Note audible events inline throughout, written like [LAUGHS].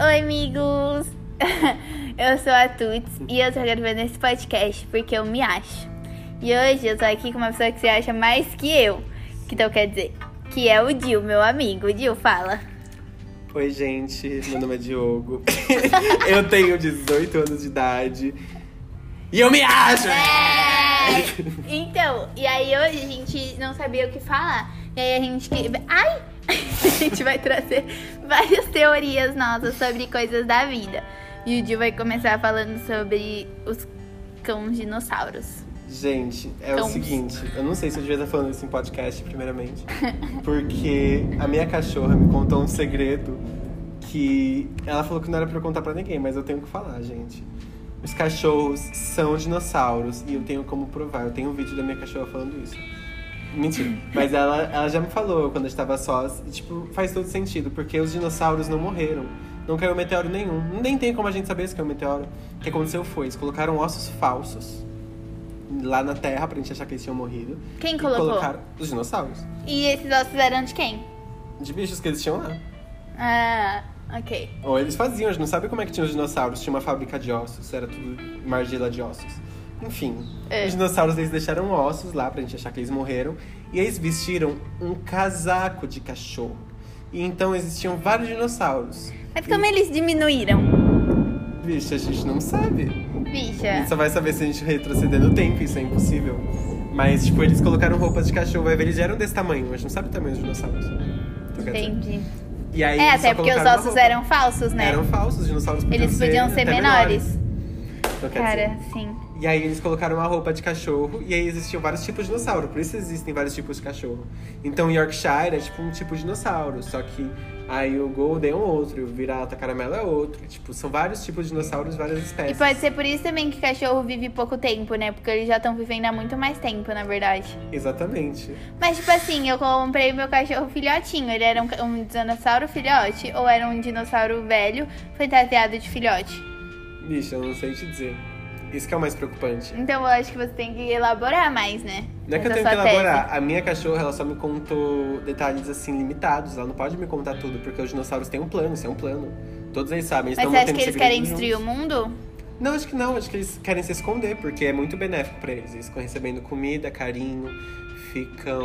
Oi, amigos! [LAUGHS] Eu sou a Tuts e eu tô gravando esse podcast porque eu me acho. E hoje eu tô aqui com uma pessoa que se acha mais que eu. Que então quer dizer, que é o Dil, meu amigo. Dil, fala. Oi, gente. Meu nome é Diogo. [LAUGHS] eu tenho 18 anos de idade. E eu me acho! É! [LAUGHS] Então, e aí hoje a gente não sabia o que falar. E aí a gente. que- Ai! [LAUGHS] A gente vai trazer várias teorias nossas sobre coisas da vida. E o Dil vai começar falando sobre os cães dinossauros. Gente, é Então. o seguinte. Eu não sei se eu devia estar falando isso em podcast, primeiramente. Porque a minha cachorra me contou um segredo que... Ela falou que não era pra eu contar pra ninguém, mas eu tenho que falar, gente. Os cachorros são dinossauros. E eu tenho como provar. Eu tenho um vídeo da minha cachorra falando isso. Mentira. Mas ela, ela já me falou quando a gente tava sós. E, tipo, faz todo sentido, porque os dinossauros não morreram. Não caiu meteoro nenhum. Nem tem como a gente saber se caiu meteoro. O que aconteceu foi, eles colocaram ossos falsos lá na Terra pra gente achar que eles tinham morrido. Quem E colocou? colocaram os dinossauros. E esses ossos eram de quem? De bichos que eles tinham lá. Ah, ok. Ou eles faziam, a gente não sabe como é que tinha os dinossauros. Tinha uma fábrica de ossos, era tudo margila de ossos. Enfim, É. os dinossauros eles deixaram ossos lá pra gente achar que eles morreram. E eles vestiram um casaco de cachorro. E então existiam vários dinossauros. Mas como eles diminuíram? Vixe, a gente não sabe. A gente Bicha. só vai saber se a gente retroceder no tempo, isso é impossível. Mas, tipo, eles colocaram roupas de cachorro, vai ver, eles eram desse tamanho, mas não sabe o tamanho dos dinossauros. Então, quer dizer, Entendi. E aí, É, eles só até porque os colocaram uma ossos roupa. eram falsos, né? Eram falsos, os dinossauros podiam Eles podiam ser até menores. Então, quer dizer, Cara, sim. E aí eles colocaram uma roupa de cachorro e aí existiam vários tipos de dinossauro. Por isso existem vários tipos de cachorro. Então Yorkshire é tipo um tipo de dinossauro, só que aí o Golden é um outro, e o Virata Caramelo é outro. Tipo, são vários tipos de dinossauros, várias E espécies. pode ser por isso também que cachorro vive pouco tempo, né? Porque eles já estão vivendo há muito mais tempo, na verdade. Exatamente. Mas, tipo assim, eu comprei meu cachorro filhotinho. Ele era um, ca- um dinossauro filhote ou era um dinossauro velho fantasiado de filhote? Bicho, eu não sei te dizer. Isso que é o mais preocupante. Então eu acho que você tem que elaborar mais, né? Não é que eu Essa tenho que sua tese. elaborar. A minha cachorra, ela só me contou detalhes assim limitados. Ela não pode me contar tudo, porque os dinossauros têm um plano, isso é um plano. Todos eles sabem, eles Mas estão você acha mantendo que eles segredos querem juntos. destruir o mundo? Não, acho que não. Acho que eles querem se esconder, porque é muito benéfico pra eles. Eles ficam recebendo comida, carinho, ficam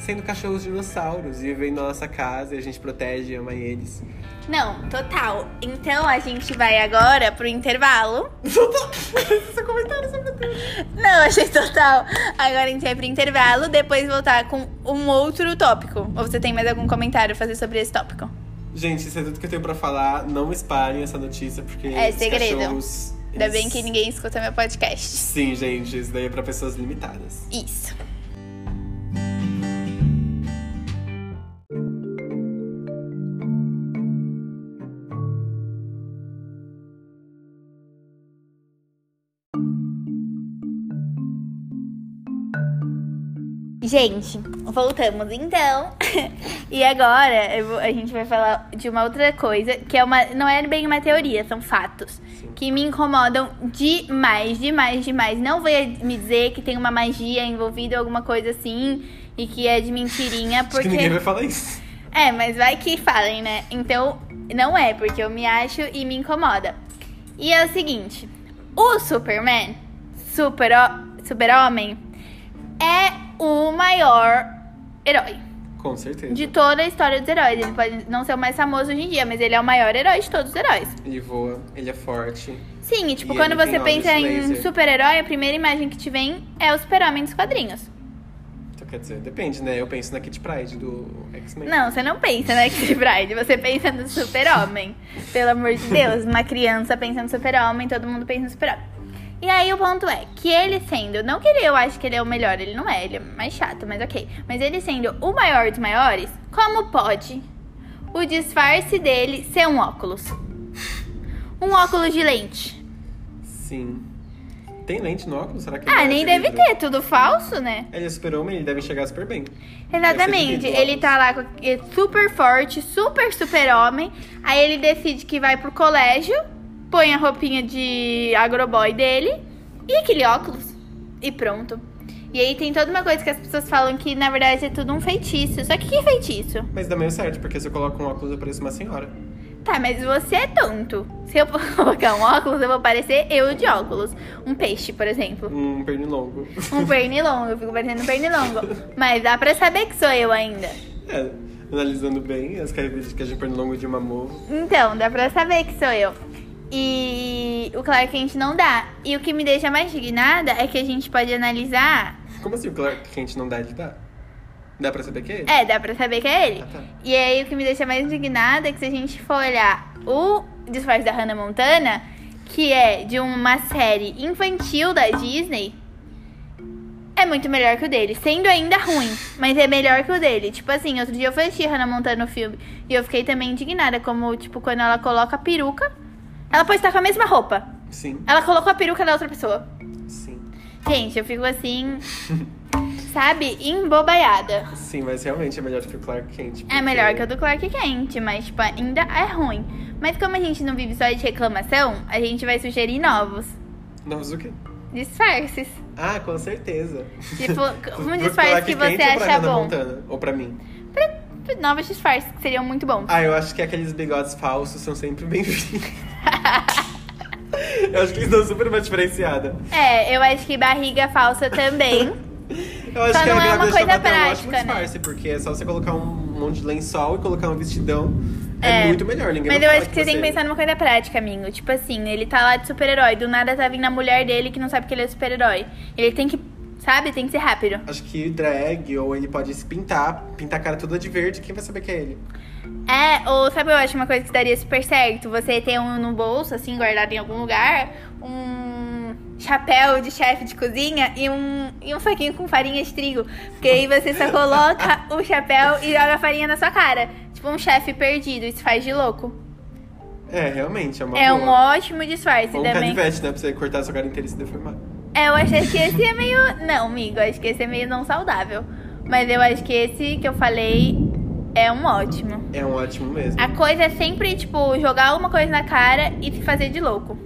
sendo cachorros dinossauros e vivendo na nossa casa e a gente protege e [LAUGHS] ama eles. Não, total. Então a gente vai agora pro intervalo. Esse comentário sobre Não, [LAUGHS] achei total. Agora a gente vai pro intervalo, depois voltar com um outro tópico. Ou você tem mais algum comentário a fazer sobre esse tópico? Gente, isso é tudo que eu tenho pra falar. Não espalhem essa notícia, porque. É os segredo. Cachorros, Ainda eles- bem que ninguém escuta meu podcast. Sim, gente, isso daí é pra pessoas limitadas. Isso. Gente, voltamos então. [LAUGHS] e agora eu vou- a gente vai falar de uma outra coisa, que é uma não é bem uma teoria, são fatos Sim. que me incomodam demais, demais, demais. Não venha me dizer que tem uma magia envolvida, alguma coisa assim, e que é de mentirinha, Acho que ninguém porque vai falar isso. é, mas vai que falem, né? Então, não é, porque eu me acho e me incomoda. E é o seguinte, o Superman, super super-homem, é o maior herói Com certeza. de toda a história dos heróis. Ele pode não ser o mais famoso hoje em dia, mas ele é o maior herói de todos os heróis. Ele voa, ele é forte. Sim, e tipo, E quando ele você tem olhos pensa em laser. super-herói, a primeira imagem que te vem é o super-homem dos quadrinhos. Então quer dizer, depende, né? Eu penso na Kit Pride do X-Men. Não, você não pensa na Kitty Pride, você pensa no super-homem. Pelo amor de Deus, uma criança pensa no super-homem, todo mundo pensa no super-homem. E aí o ponto é que ele sendo, não que ele, eu acho que ele é o melhor, ele não é, ele é mais chato, mas ok. Mas ele sendo o maior dos maiores, como pode o disfarce dele ser um óculos? Um óculos de lente. Sim. Tem lente no óculos? Será que ele Ah, é nem de deve vidro? ter, tudo falso, né? Ele é super-homem, ele deve chegar super bem. Deve Exatamente. ser de vidro, Ele tá lá com aquele super forte, super super homem. Aí ele decide que vai pro colégio, põe a roupinha de agroboy dele e aquele óculos. E pronto. E aí tem toda uma coisa que as pessoas falam que na verdade é tudo um feitiço. Só que que feitiço? Mas dá meio certo, porque se eu coloco um óculos eu pareço uma senhora. Tá, mas você é tonto. Se eu [LAUGHS] colocar um óculos, eu vou parecer eu de óculos. Um peixe, por exemplo. Um pernilongo. [LAUGHS] Um pernilongo, eu fico parecendo um pernilongo. Mas dá pra saber que sou eu ainda. É, analisando bem as características de pernilongo de mamô. Então, dá pra saber que sou eu. E o Clark Kent não dá. E o que me deixa mais indignada é que a gente pode analisar. Como assim o Clark Kent não dá, ele dá? Dá pra saber que é ele? É, dá pra saber que é ele. Ah, tá. E aí o que me deixa mais indignada é que se a gente for olhar o disfarce da Hannah Montana, que é de uma série infantil da Disney, é muito melhor que o dele. Sendo ainda ruim, mas é melhor que o dele. Tipo assim, outro dia eu fui assistir Hannah Montana no filme e eu fiquei também indignada, como, tipo, quando ela coloca a peruca, ela pode estar com a mesma roupa. Sim, Ela colocou a peruca da outra pessoa. sim. Gente, eu fico assim, sabe, embobaiada. Sim, mas realmente é melhor que o Clark Kent. É melhor que o do Clark Kent, mas tipo, ainda é ruim. Mas como a gente não vive só de reclamação, a gente vai sugerir novos do... Nossa, o quê? [LAUGHS] disfarces. Ah, com certeza. Tipo, um Pro disfarce Clark que você Kent ou pra acha Hannah bom. Montana? Ou pra mim? Novos disfarces que seriam muito bons. Ah, eu acho que aqueles bigodes falsos são sempre [LAUGHS] bem-vindos. eu acho que eles dão super uma diferenciada. É, eu acho que barriga [LAUGHS] falsa também. Eu acho Só que não a é uma Gabi coisa Chama tem um ótimo prática, né? disfarce, porque é só você colocar um monte de lençol e colocar um vestidão. É, É. muito melhor, ninguém Mas vai eu falar acho que você tem que pensar numa coisa prática, amigo. Tipo assim, ele tá lá de super-herói, do nada tá vindo a mulher dele que não sabe que ele é super-herói. Ele tem que, sabe, tem que ser rápido. Acho que drag, ou ele pode se pintar, pintar a cara toda de verde, quem vai saber que é ele? É, ou sabe, eu acho uma coisa que daria super certo? Você ter um no bolso, assim, guardado em algum lugar, um chapéu de chefe de cozinha e um, e um saquinho com farinha de trigo. Porque aí você [LAUGHS] só coloca o chapéu e joga a farinha na sua cara. Tipo um chefe perdido, isso faz de louco. É, realmente, é uma é boa. um ótimo disfarce Ou um também. canivete, né? Pra você cortar a sua cara inteira e se deformar. É, eu achei que esse é meio. Não, amigo, acho que esse é meio não saudável. Mas eu acho que esse que eu falei é um ótimo. É um ótimo mesmo. A coisa é sempre, tipo, jogar uma coisa na cara e se fazer de louco.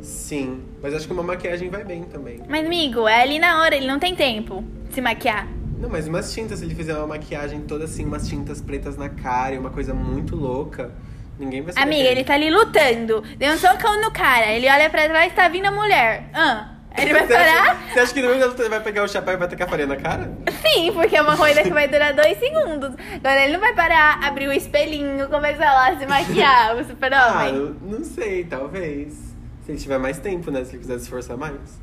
Sim, mas acho que uma maquiagem vai bem também. Mas, amigo, é ali na hora, ele não tem tempo de se maquiar. Não, mas umas tintas, se ele fizer uma maquiagem toda assim, umas tintas pretas na cara e uma coisa muito louca, ninguém vai saber. Amiga, que é ele tá ali lutando. Deu um socão no cara. Ele olha pra trás e tá vindo a mulher. Ah, ele vai Você acha- [LAUGHS] parar? Você acha que no meio da luta ele vai pegar o chapéu e vai tacar farinha na cara? Sim, porque é uma coisa que vai durar dois segundos. Agora ele não vai parar, abrir o espelhinho, começar lá a se maquiar, o Ah, super-homem. eu não sei, talvez. Se ele tiver mais tempo, né? Se ele quiser se esforçar mais.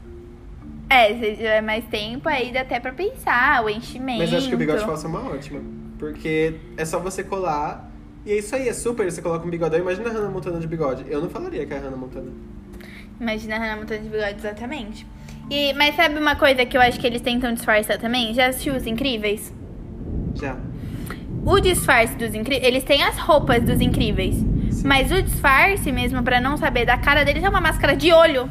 É, se tiver mais tempo, aí dá até pra pensar, o enchimento. Mas eu acho que o bigode falso é uma ótima. Porque é só você colar. E é isso aí, é super. Você coloca um bigodão. Imagina a Hannah Montana de bigode. Eu não falaria que é a Hannah Montana. Imagina a Hannah Montana de bigode, exatamente. E, mas sabe uma coisa que eu acho que eles tentam disfarçar também? Já assistiu Os Incríveis? Já. O disfarce dos Incríveis... Eles têm as roupas dos Incríveis. Mas o disfarce mesmo, pra não saber da cara deles, é uma máscara de olho.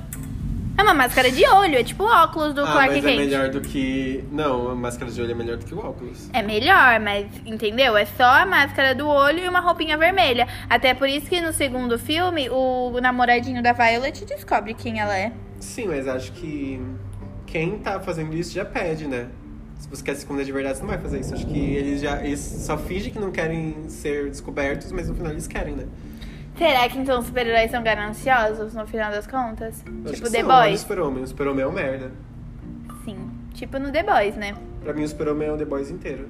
É uma máscara de olho, é tipo o óculos do ah, Clark mas Kent. é melhor do que. Não, a máscara de olho é melhor do que o óculos. É melhor, mas entendeu? É só a máscara do olho e uma roupinha vermelha. Até por isso que no segundo filme, o namoradinho da Violet descobre quem ela é. Sim, mas acho que. Quem tá fazendo isso já pede, né? Se você quer se esconder de verdade, você não vai fazer isso. Acho que eles já. Eles só fingem que não querem ser descobertos, mas no final eles querem, né? Será que então os super-heróis são gananciosos no final das contas? Acho tipo que The são, olha O Boys? super-homem. O super-homem é um merda. Sim. Tipo no The Boys, né? Pra mim, o super-homem é o The Boys inteiro.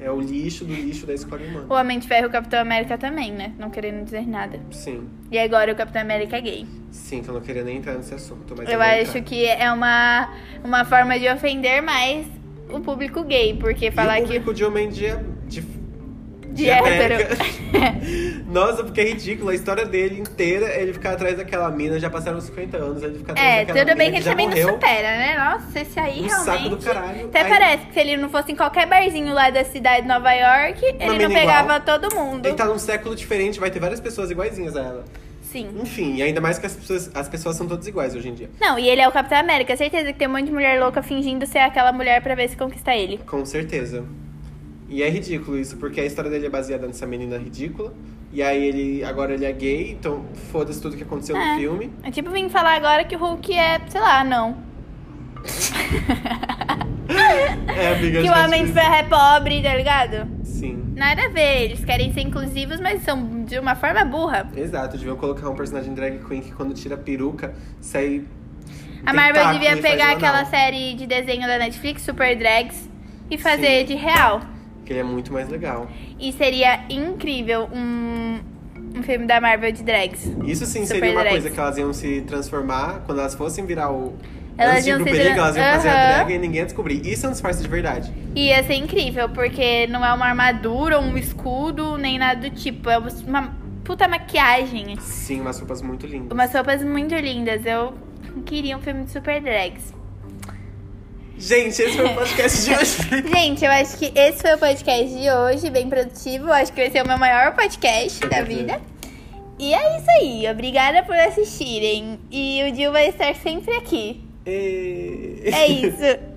É o lixo do lixo da escola humana. O Homem de Ferro e o Capitão América também, né? Não querendo dizer nada. Sim. E agora o Capitão América é gay. Sim, que eu não queria nem entrar nesse assunto, mas. Eu vou acho entrar. que é uma, uma forma de ofender mais o público gay, porque falar e o que. público de é homem de. de, De hétero. América. É. [LAUGHS] Nossa, porque é ridículo. A história dele inteira é ele ficar atrás daquela mina, já passaram 50 anos, ele ficar atrás [LAUGHS] É, daquela tudo bem que mina ele [LAUGHS] já também não morreu. supera, né? Nossa, esse aí Um realmente. saco do caralho. Até Aí- parece que se ele não fosse em qualquer barzinho lá da cidade de Nova York, ele mina não é igual. pegava todo mundo. Ele tá num século diferente, vai ter várias pessoas iguaizinhas a ela. Sim. Enfim, e ainda mais que as pessoas, as pessoas são todas iguais hoje em dia. Não, e ele é o Capitão América. Certeza que tem um monte de mulher louca fingindo ser aquela mulher pra ver se conquista ele. Com certeza. E é ridículo isso, porque a história dele é baseada nessa menina ridícula. E aí ele agora ele é gay, então foda-se tudo que aconteceu É. no filme. É tipo, vim falar agora que o Hulk é, sei lá, não. É, amiga. Que a o gente homem de precisa- ferro é pobre, tá ligado? Sim. Nada a ver, eles querem ser inclusivos, mas são de uma forma burra. Exato, deviam colocar um personagem drag queen que quando tira a peruca, sai. A Marvel tentáculo devia e faz pegar um anal. aquela série de desenho da Netflix, Super Drags, e fazer de real. Que ele é muito mais legal. E seria incrível um, um filme da Marvel de drags. Isso sim Super seria uma drags. coisa que elas iam se transformar quando elas fossem virar o. Elas antes de ir iam pro se perigo, tran- elas iam fazer a Aham. drag e ninguém ia descobrir. Isso é um disfarce de verdade. E ia ser incrível, porque não é uma armadura, um escudo, nem nada do tipo. É uma puta maquiagem. Sim, umas roupas muito lindas. Umas roupas muito lindas. Eu queria um filme de super drags. Gente, esse foi o podcast [LAUGHS] de hoje. Gente, eu acho que esse foi o podcast de hoje, bem produtivo. Eu Acho que vai ser o meu maior podcast da vida. E é isso aí. Obrigada por assistirem. E o Dil vai estar sempre aqui. E- [LAUGHS] É isso.